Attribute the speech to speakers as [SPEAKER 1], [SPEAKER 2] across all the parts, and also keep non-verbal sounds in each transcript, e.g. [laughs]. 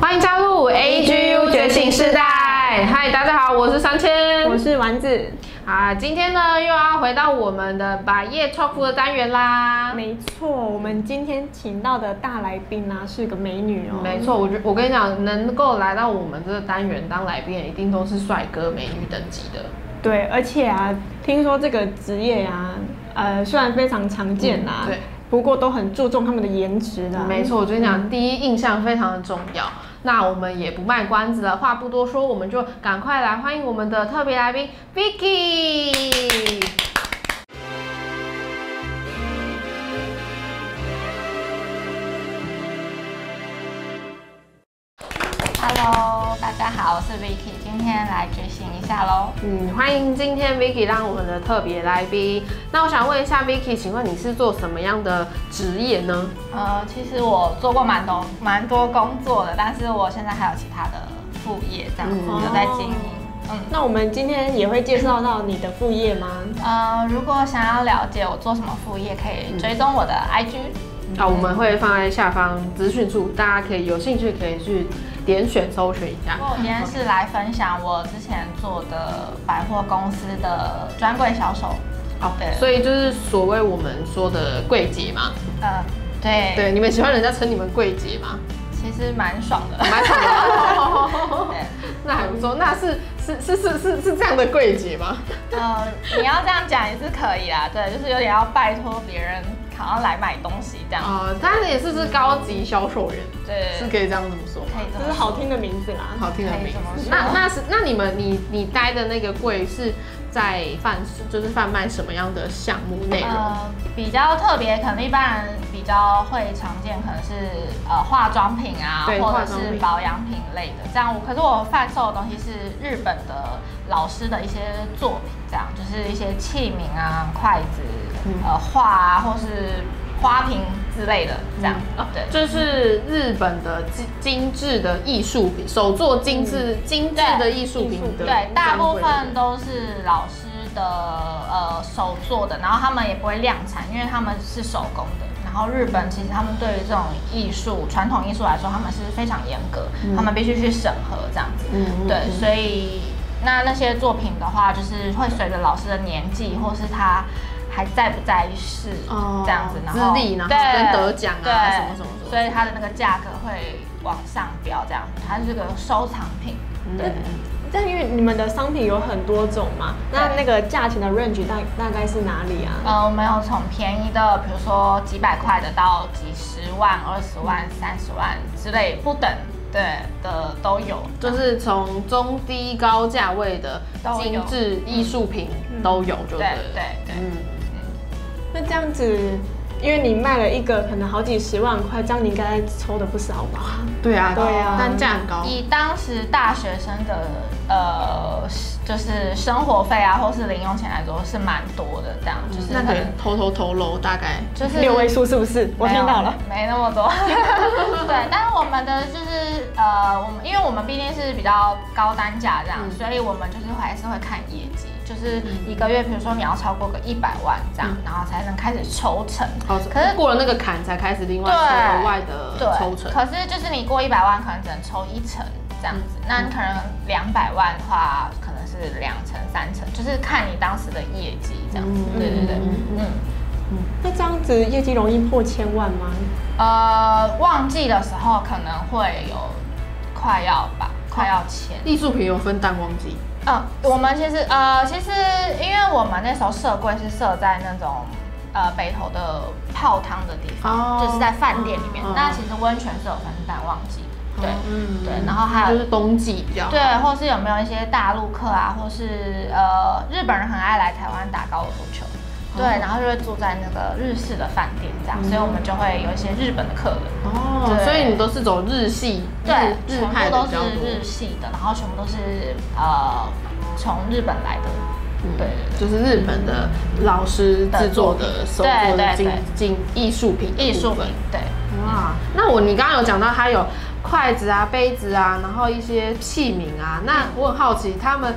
[SPEAKER 1] 欢迎加入 AGU 觉醒世代。嗨，大家好，我是三千，
[SPEAKER 2] 我是丸子，
[SPEAKER 1] 啊，今天呢又要回到我们的百业创富的单元啦。
[SPEAKER 2] 没错，我们今天请到的大来宾啊是个美女哦，
[SPEAKER 1] 没错，我觉我跟你讲，能够来到我们这个单元当来宾，一定都是帅哥美女等级的。
[SPEAKER 2] 对，而且啊，听说这个职业啊，呃，虽然非常常见啦、
[SPEAKER 1] 嗯对
[SPEAKER 2] 不过都很注重他们的颜值的、啊
[SPEAKER 1] 没，错，我跟你讲，第一印象非常的重要。那我们也不卖关子了，话不多说，我们就赶快来欢迎我们的特别来宾 Vicky。
[SPEAKER 3] Hello，大家好，我是 Vicky，今天来觉醒一下喽。
[SPEAKER 1] 嗯，欢迎今天 Vicky 让我们的特别来宾。那我想问一下 Vicky，请问你是做什么样的职业呢？
[SPEAKER 3] 呃，其实我做过蛮多蛮多工作的，但是我现在还有其他的副业这样子、
[SPEAKER 1] 嗯
[SPEAKER 3] 有在经营。嗯，
[SPEAKER 2] 那我们今天也会介绍到你的副业吗？
[SPEAKER 3] 呃，如果想要了解我做什么副业，可以追踪我的 IG。
[SPEAKER 1] 啊，我们会放在下方资讯处，大家可以有兴趣可以去点选搜寻一下
[SPEAKER 3] 不。过我今天是来分享我之前做的百货公司的专柜销售。
[SPEAKER 1] 哦
[SPEAKER 3] 对，
[SPEAKER 1] 所以就是所谓我们说的柜姐嘛，
[SPEAKER 3] 呃，对，
[SPEAKER 1] 对，你们喜欢人家称你们柜姐吗？
[SPEAKER 3] 其实蛮爽的。
[SPEAKER 1] 蛮好
[SPEAKER 3] [laughs]
[SPEAKER 1] 的，
[SPEAKER 3] 对
[SPEAKER 1] [laughs] 那还不错。那是是是是是是这样的柜姐吗？
[SPEAKER 3] 呃，你要这样讲也是可以啦，对，就是有点要拜托别人，好像来买东西这样，
[SPEAKER 1] 啊、她也是是高级销售员，
[SPEAKER 3] 对，
[SPEAKER 1] 是可以这样这么说吗
[SPEAKER 3] 可以这
[SPEAKER 2] 这
[SPEAKER 3] 么
[SPEAKER 2] 是
[SPEAKER 3] 说
[SPEAKER 2] 好听的名字啦，
[SPEAKER 1] 好听的名
[SPEAKER 3] 可以这哎么
[SPEAKER 1] 字。
[SPEAKER 3] 说
[SPEAKER 1] 那那是那你们你你待的那个柜是在贩就是贩卖什么样的项目内容？
[SPEAKER 3] 呃，比较特别，可能一般人比较会常见，可能是呃化妆品啊，
[SPEAKER 1] 对
[SPEAKER 3] 或
[SPEAKER 1] 化
[SPEAKER 3] 者
[SPEAKER 1] 妆
[SPEAKER 3] 是
[SPEAKER 1] 品
[SPEAKER 3] 保养品类的。这样我，可是我贩售的东西是日本的老师的一些作品，这样就是一些器皿啊、筷子、
[SPEAKER 1] 嗯
[SPEAKER 3] 呃画啊，或是花瓶之类的，这样。
[SPEAKER 1] 嗯
[SPEAKER 3] 对，
[SPEAKER 1] 就是日本的精精致的艺术品，手做精致、精致的艺术品的
[SPEAKER 3] 嗯对，大部分
[SPEAKER 1] 都
[SPEAKER 3] 都是老师的呃手做的，然后他们也不会量产，因为他们是手工的。然后日本其实他们对于这种艺术传统艺术来说，他们是非常严格，他们必须去审核这样子。
[SPEAKER 1] 嗯
[SPEAKER 3] 对，所以那那些作品的话，就是会随着老师的年纪，或是他还在不在世、
[SPEAKER 1] 哦
[SPEAKER 3] 这样子，然后
[SPEAKER 1] 资历然后
[SPEAKER 3] 对
[SPEAKER 1] 跟得奖啊
[SPEAKER 3] 对
[SPEAKER 1] 什么什么什么
[SPEAKER 3] 所以它的那个价格会往上飙，这样，它是个收藏品。对，
[SPEAKER 2] 但因为你们的商品有很多种嘛，那那个价钱的 range 大大概是哪里啊？
[SPEAKER 3] 呃，我们有从便宜的，比如说几百块的，到几十万、二十万、三十万之类不等，对的都有。
[SPEAKER 1] 就是从中低高价位的
[SPEAKER 3] 都有
[SPEAKER 1] 精致艺术品都有，就
[SPEAKER 3] 对
[SPEAKER 1] 对了
[SPEAKER 3] 对对，
[SPEAKER 1] 嗯，
[SPEAKER 2] 那这样子，因为你卖了一个可能好几十万块，这样你应该抽的不少吧？
[SPEAKER 1] 对啊，
[SPEAKER 2] 对啊
[SPEAKER 1] 单价很高，
[SPEAKER 3] 以当时大学生的呃，就是生活费啊，或是零用钱来说，是蛮多的。这样就是
[SPEAKER 1] 那
[SPEAKER 3] 可
[SPEAKER 1] 可以
[SPEAKER 3] 能
[SPEAKER 1] 偷偷透露大概
[SPEAKER 3] 就
[SPEAKER 2] [laughs]
[SPEAKER 3] 是
[SPEAKER 2] 六位数是不是？我听到了。
[SPEAKER 3] 没有，没那么
[SPEAKER 1] [laughs]
[SPEAKER 3] 多。对，但是我们的就是呃，我们因为我们毕竟是比较高单价这样，
[SPEAKER 1] 嗯
[SPEAKER 3] 所以我们就是还是会看业绩，就是一个月，比如说你要超过个一百万这样，然后才能开始抽成。
[SPEAKER 1] 嗯哦，
[SPEAKER 3] 可是
[SPEAKER 1] 过了那个坎才开始另外
[SPEAKER 3] 对
[SPEAKER 1] 额外的抽成，
[SPEAKER 3] 可是就是你过一百万，可能只能抽一成这样
[SPEAKER 1] 嗯
[SPEAKER 3] 子。那你可能两百万的话，可能是两成、三成，就是看你当时的业绩这样子。
[SPEAKER 1] 嗯
[SPEAKER 3] 对对对，
[SPEAKER 1] 嗯
[SPEAKER 3] 嗯。
[SPEAKER 2] 那这样子业绩容易破千万吗？
[SPEAKER 3] 呃，旺季的时候可能会有快要吧，快要签。
[SPEAKER 1] 艺术品有分淡旺季，
[SPEAKER 3] 嗯，我们其实呃，其实因为我们那时候设柜是设在那种呃北投的泡汤的地方，
[SPEAKER 1] 哦
[SPEAKER 3] 就是在饭店里面。
[SPEAKER 1] 嗯嗯
[SPEAKER 3] 那其实温泉是有分淡旺季的，对、
[SPEAKER 1] 嗯
[SPEAKER 3] 对，然后还有
[SPEAKER 1] 就是冬季比较好
[SPEAKER 3] 对，或是有没有一些大陆客啊，或是呃日本人很爱来台湾打高尔夫球，对，然后就会住在那个日式的饭店这样，所以我们就会有一些日本的客人。
[SPEAKER 1] 哦，
[SPEAKER 3] 对
[SPEAKER 1] 所以你都是走日系，
[SPEAKER 3] 对，
[SPEAKER 1] 日日
[SPEAKER 3] 全
[SPEAKER 1] 派
[SPEAKER 3] 部
[SPEAKER 1] 的
[SPEAKER 3] 都
[SPEAKER 1] 比
[SPEAKER 3] 是
[SPEAKER 1] 较多，
[SPEAKER 3] 日系的，然后全部都是呃从日本来的，对对
[SPEAKER 1] 嗯就是日本的老师制作的手做
[SPEAKER 3] 对
[SPEAKER 1] 的
[SPEAKER 3] 对
[SPEAKER 1] 精
[SPEAKER 3] 对
[SPEAKER 1] 精艺术品的
[SPEAKER 3] 对，艺术
[SPEAKER 1] 部分
[SPEAKER 3] 品，对
[SPEAKER 1] 哇，那我你刚刚有讲到它有筷子啊、杯子啊，然后一些器皿啊，那我很好奇，他们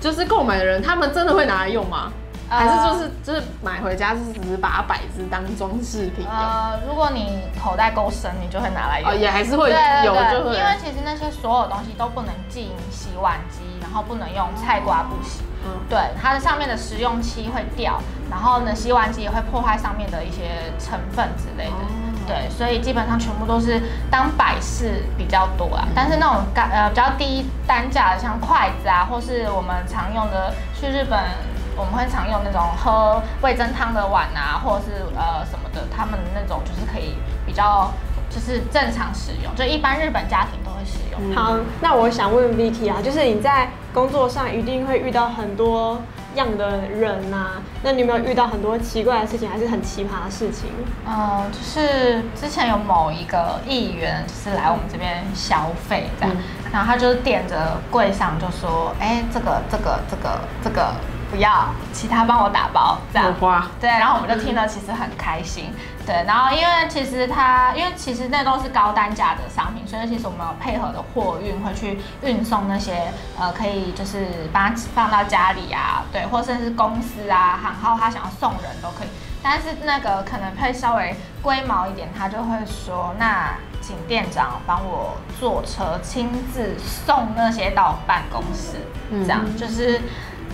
[SPEAKER 1] 就是购买的人，他们真的会拿来用吗？
[SPEAKER 3] 呃
[SPEAKER 1] 还是就是就是买回家就是只是把它摆置当装饰品用？
[SPEAKER 3] 呃，如果你口袋够深，你就会拿来用。
[SPEAKER 1] 哦，也还是会
[SPEAKER 3] 对对
[SPEAKER 1] 有
[SPEAKER 3] 对
[SPEAKER 1] 就会
[SPEAKER 3] 因为其实所有东西都不能进洗碗机，然后不能用菜瓜布洗。
[SPEAKER 1] 嗯，
[SPEAKER 3] 对，它的上面的食用漆会掉，然后呢，洗碗机也会破坏上面的一些成分之类的。
[SPEAKER 1] 哦
[SPEAKER 3] 对，所以基本上全部都是当摆饰比较多啊。但是那种干呃比较低单价的，像筷子啊，或是我们常用的去日本。我们会常用那种喝味噌汤的碗啊，或者是呃什么的，他们那种就是可以比较就是正常使用，就一般日本家庭都会使用。
[SPEAKER 2] 好，那我想问 Vicky 啊，就是你在工作上一定会遇到很多样的人啊，那你有没有遇到很多奇怪的事情，还是很奇葩的事 [laughs] 情？
[SPEAKER 3] 嗯，就是之前有某一个议员就是来我们这边消费这样，然后他就是点着柜上就说，哎、这个这个这个这个不要，其他帮我打包这样。
[SPEAKER 1] 花，
[SPEAKER 3] 对，然后我们就听了，其实很开心。对，然后因为其实它，因为其实那都是高单价的商品，所以其实我们有配合的货运会去运送那些呃，可以就是把它放到家里啊，对，或甚至公司啊，行号他想要送人都可以。但是那个可能会稍微龟毛一点，他就会说，那请店长帮我坐车亲自送那些到办公室，这样就是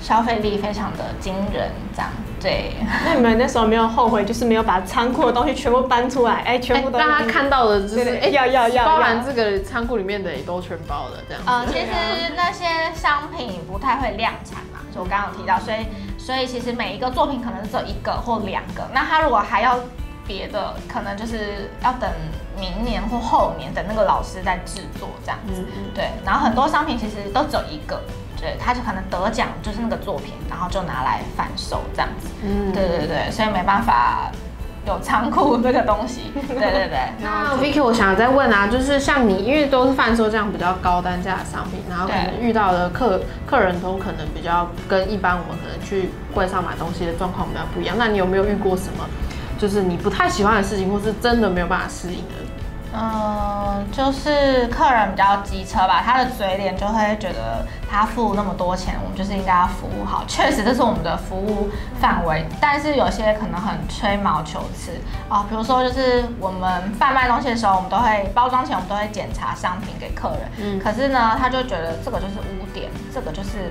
[SPEAKER 3] 消费力非常的惊人，这样对。
[SPEAKER 2] 那你们那时候没有后悔，就是没有把仓库的东西全部搬出来，哎、全
[SPEAKER 1] 哎
[SPEAKER 2] 部，都
[SPEAKER 1] 让他看到的就是
[SPEAKER 2] 对对
[SPEAKER 1] 哎，
[SPEAKER 2] 要要要
[SPEAKER 1] 包
[SPEAKER 2] 要
[SPEAKER 1] 含这个仓库里面的也都全包了这样。
[SPEAKER 3] 呃，其实那些商品不太会量产嘛，就我刚刚有提到，所以所以其实每一个作品可能只有一个或两个，那他如果还要别的，可能就是要等明年或后年等那个老师再制作这样
[SPEAKER 1] 嗯
[SPEAKER 3] 子。对，然后很多商品其实都只有一个，对，他就可能得奖就是那个作品，然后就拿来贩售这样子。
[SPEAKER 1] 嗯
[SPEAKER 3] 对对对，所以没办法有仓库这个东
[SPEAKER 1] [laughs]
[SPEAKER 3] 西。对对对，
[SPEAKER 1] 那 Vicky，我想再问啊，就是像你，因为都是贩售这样比较高单价的商品，然后可能遇到的客客人都可能比较跟一般我们可能去柜上买东西的状况比较不一样。那你有没有遇过什么，就是你不太喜欢的事情，或是真的没有办法适应的？
[SPEAKER 3] 嗯，就是客人比较机车吧，他的嘴脸就会觉得他付那么多钱，我们就是应该要服务好。 [laughs] 确实，这是我们的服务范围，但是有些可能很吹毛求疵啊、比如说，就是我们贩卖东西的时候，我们都会包装前我们都会检查商品给客人，
[SPEAKER 1] 嗯
[SPEAKER 3] 可是呢，他就觉得这个就是污点，这个就是。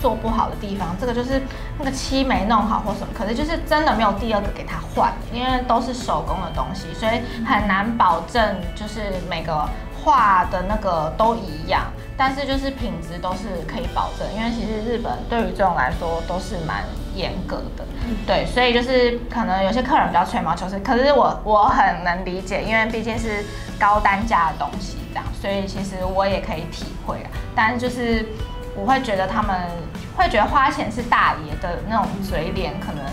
[SPEAKER 3] 做不好的地方，这个就是那个漆没弄好或什么，可是就是真的没有第二个给他换，因为都是手工的东西，所以很难保证就是每个画的那个都一样，但是就是品质都是可以保证，因为其实日本对于这种来说都是蛮严格的，
[SPEAKER 1] 嗯
[SPEAKER 3] 对，所以就是可能有些客人比较吹毛求疵，可是我我很能理解，因为毕竟是高单价的东西这样，所以其实我也可以体会啊，但是就是。我会觉得他们会觉得花钱是大爷的那种嘴脸，可能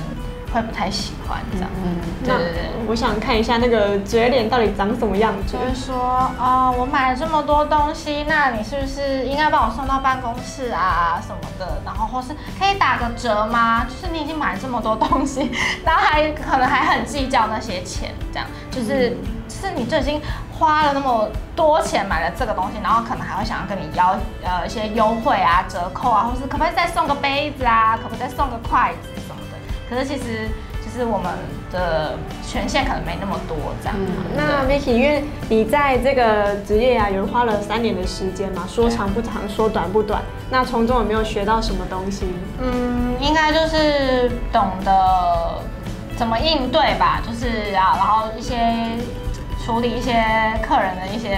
[SPEAKER 3] 会不太喜欢这样。
[SPEAKER 1] 嗯，
[SPEAKER 3] 对
[SPEAKER 2] 那
[SPEAKER 3] 对对。
[SPEAKER 2] 我想看一下那个嘴脸到底长什么样子
[SPEAKER 3] 就。会说啊、我买了这么多东西，那你是不是应该帮我送到办公室啊什么的？然后或是可以打个折吗？就是你已经买了这么多东西，然后还可能还很计较那些钱，这样就是、就是你就已经花了那么多钱买了这个东西，然后可能还会想要跟你要呃一些优惠啊、折扣啊，或是可不可以再送个杯子啊，可不可以再送个筷子什么的。可是其实就是我们的权限可能没那么多这样。
[SPEAKER 2] 那 Vicky，因为你在这个职业啊，有花了三年的时间嘛，说长不长，说短不短。那从中有没有学到什么东西？
[SPEAKER 3] 嗯，应该就是懂得怎么应对吧，就是啊，然后一些处理一些客人的一些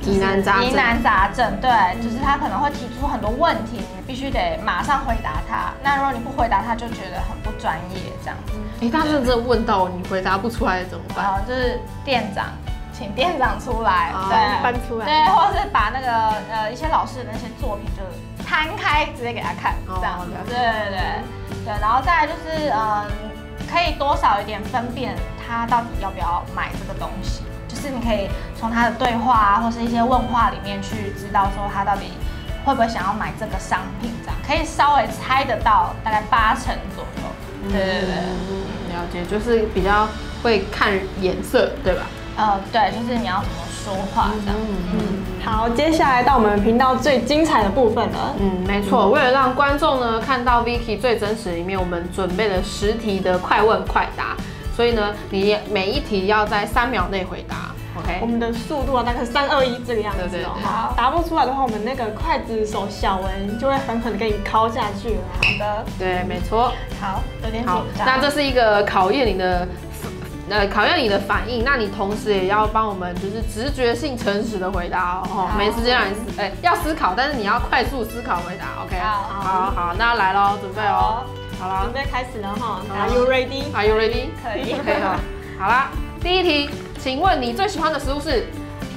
[SPEAKER 3] 就
[SPEAKER 1] 疑
[SPEAKER 3] 是
[SPEAKER 1] 难杂症
[SPEAKER 3] 疑难杂症，对，就是他可能会提出很多问题，你必须得马上回答他。那如果你不回答他，就觉得很不专业这样子。
[SPEAKER 1] 哎，他真的问到你回答不出来怎么
[SPEAKER 3] 然
[SPEAKER 1] 办？
[SPEAKER 3] 后就是店长，请店长出来，
[SPEAKER 1] 哦
[SPEAKER 3] 对，
[SPEAKER 2] 搬出来
[SPEAKER 3] 对，或是把那个呃一些老师的那些作品就摊开，直接给他看，
[SPEAKER 1] 哦
[SPEAKER 3] 这样子
[SPEAKER 1] 了，解
[SPEAKER 3] 对对对对，然后再来就是嗯，可以多少一点分辨他到底要不要买这个东西，就是你可以从他的对话啊，或是一些问话里面去知道说他到底。会不会想要买这个商品？这样可以稍微猜得到，大概八成左右。对对对。
[SPEAKER 1] 嗯，了解，就是比较会看颜色，对吧？
[SPEAKER 3] 呃，对，就是你要怎么说话这样。嗯，
[SPEAKER 2] 好，接下来到我们频道最精彩的部分了。
[SPEAKER 1] 嗯，没错。为了让观众呢看到 Vicky 最真实的一面，我们准备了十题的快问快答，所以呢，你每一题要在三秒内回答。OK， OK
[SPEAKER 2] 我们的速度啊，大概是三二一这个样
[SPEAKER 1] 对
[SPEAKER 2] 子
[SPEAKER 1] 对
[SPEAKER 2] 哦
[SPEAKER 1] 对。
[SPEAKER 2] 好答不出来的话，我们那个筷子手小文就会狠狠的给你敲下去了。
[SPEAKER 3] 好的，
[SPEAKER 1] 对，没错。
[SPEAKER 3] 好，有点紧
[SPEAKER 1] 好，
[SPEAKER 3] 张。
[SPEAKER 1] 那这是一个考验你的，呃，考验你的反应。那你同时也要帮我们，就是直觉性、诚实的回答哦。哦
[SPEAKER 3] 好
[SPEAKER 1] 没时间让你思，哎、要思考，但是你要快速思考回答。OK，
[SPEAKER 3] 好
[SPEAKER 1] 好好，那来喽，准备哦。好
[SPEAKER 2] 准
[SPEAKER 1] 了
[SPEAKER 2] 备开始了哈
[SPEAKER 1] 好
[SPEAKER 2] ，Are you ready？
[SPEAKER 1] ，Are you ready？
[SPEAKER 3] 可以，
[SPEAKER 1] [laughs] 可以了。好啦，第一题，请问你最喜欢的食物是？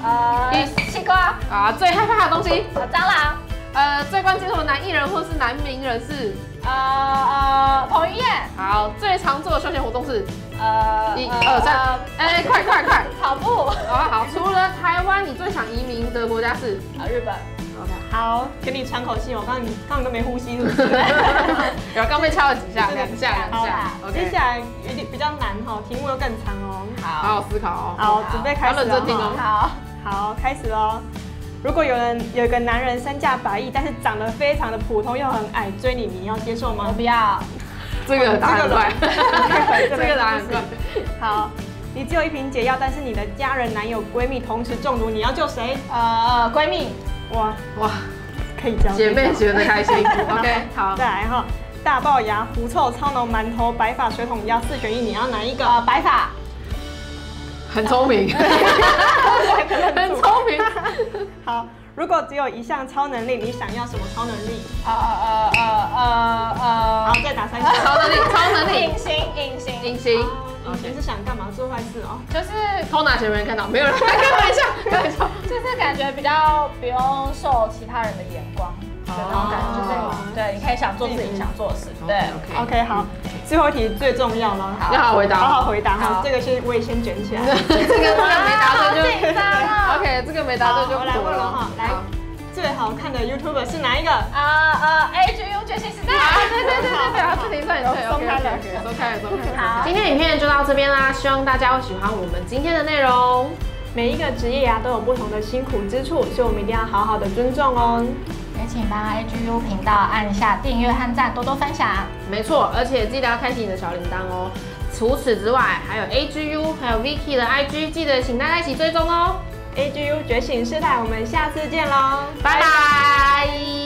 [SPEAKER 3] 呃，西瓜，
[SPEAKER 1] 啊，最害怕的东西？
[SPEAKER 3] 呃蟑螂，
[SPEAKER 1] 呃，最关心什么男艺人或是男名人是？
[SPEAKER 3] 呃呃，彭于晏，
[SPEAKER 1] 好，最常做的休闲活动是？
[SPEAKER 3] 呃，
[SPEAKER 1] 一
[SPEAKER 3] 呃
[SPEAKER 1] 二三
[SPEAKER 3] 呃，
[SPEAKER 1] 哎、快快快！
[SPEAKER 3] 跑步，啊
[SPEAKER 1] 好好，除了台湾，你最想移民的国家是
[SPEAKER 3] 呃，日本，
[SPEAKER 1] ？OK，
[SPEAKER 2] [laughs] 好，给你喘口气，哦我刚刚你刚刚都没呼吸，是不 [laughs] 是？
[SPEAKER 1] 有刚被敲了几下，
[SPEAKER 2] 对
[SPEAKER 1] 两下，两
[SPEAKER 3] 好
[SPEAKER 1] 下
[SPEAKER 3] 啦。
[SPEAKER 2] 接
[SPEAKER 1] OK，
[SPEAKER 2] 下来有点比较难哈，题目又更长哦。
[SPEAKER 1] 好
[SPEAKER 3] 好，
[SPEAKER 1] 好思考哦。
[SPEAKER 2] 好，准备开始
[SPEAKER 1] 要认真听
[SPEAKER 2] 了
[SPEAKER 1] 哦
[SPEAKER 2] 哈。
[SPEAKER 3] 好，
[SPEAKER 2] 好，开始喽。如果有人有一个男人身价百亿，但是长得非常的普通又很矮，追你，你要接受
[SPEAKER 3] 我
[SPEAKER 2] 吗
[SPEAKER 3] 不？要，
[SPEAKER 1] 这个答案很快，[laughs]
[SPEAKER 2] 这
[SPEAKER 1] 这
[SPEAKER 2] 个
[SPEAKER 1] 个答
[SPEAKER 2] 答
[SPEAKER 1] 案
[SPEAKER 2] 案
[SPEAKER 1] 很快。
[SPEAKER 2] 好，你只有一瓶解药，但是你的家人、男友、闺蜜同时中毒，你要救谁？
[SPEAKER 3] 呃，闺蜜，
[SPEAKER 2] 哇，
[SPEAKER 1] 哇，
[SPEAKER 2] 可以教
[SPEAKER 1] 姐妹
[SPEAKER 2] 可以
[SPEAKER 1] 学的开心。
[SPEAKER 2] 教
[SPEAKER 1] OK，好，
[SPEAKER 2] 再来哈。大龅牙、狐臭、超浓、馒头、白发、水桶腰，四选一，你要哪一个？
[SPEAKER 3] 呃，白发，
[SPEAKER 1] 很聪明，很聪明。
[SPEAKER 2] 好，如果只有一项超能力，你想要什么超能力？
[SPEAKER 3] 呃呃呃呃
[SPEAKER 2] 好
[SPEAKER 3] 呃，，
[SPEAKER 2] 再打三
[SPEAKER 1] 超
[SPEAKER 2] 下。
[SPEAKER 1] 能力，超能
[SPEAKER 3] [laughs]
[SPEAKER 1] 力，
[SPEAKER 3] 隐形，隐形，
[SPEAKER 1] 隐形。
[SPEAKER 2] 哦你是想干嘛？做坏事哦。
[SPEAKER 3] 就是
[SPEAKER 1] 偷拿钱没人看到，没有人开玩笑，开玩笑。
[SPEAKER 3] 就是感觉比较不用受其他人的眼光的那种感觉，就是
[SPEAKER 1] 哦
[SPEAKER 3] 你对，你可以想做自己想做的事，对。
[SPEAKER 1] OK，
[SPEAKER 2] OK，好，最后一题最重要了，
[SPEAKER 1] 要好好回答哦
[SPEAKER 2] 好好回答哈
[SPEAKER 3] 好，
[SPEAKER 2] 这个先我也先卷起来。
[SPEAKER 1] 这个这个没答对
[SPEAKER 3] 紧
[SPEAKER 1] 就
[SPEAKER 3] 张啊！
[SPEAKER 1] OK，这个没答对就
[SPEAKER 2] 好我来
[SPEAKER 1] 不
[SPEAKER 2] 问了哈来
[SPEAKER 1] 好
[SPEAKER 2] 最好看的 YouTuber 是哪一个？
[SPEAKER 3] 啊啊！A G U 决心时代，
[SPEAKER 1] 啊，对对对对对，好，这里算你对，OK OK，收开了，收开了。今天影片就到这边啦，希望大家会喜欢我们今天的内容。
[SPEAKER 2] 每一个职业呀、都有不同的辛苦之处，所以我们一定要好好的尊重哦。
[SPEAKER 3] 也请帮 A G U 频道按下订阅和赞，多多分享。
[SPEAKER 1] 没错，而且记得要开启你的小铃铛哦。除此之外，还有 AGU，还有 Vicky 的 IG，记得请大家一起追踪哦。
[SPEAKER 2] AGU 觉醒时代，我们下次见喽。
[SPEAKER 1] 拜拜。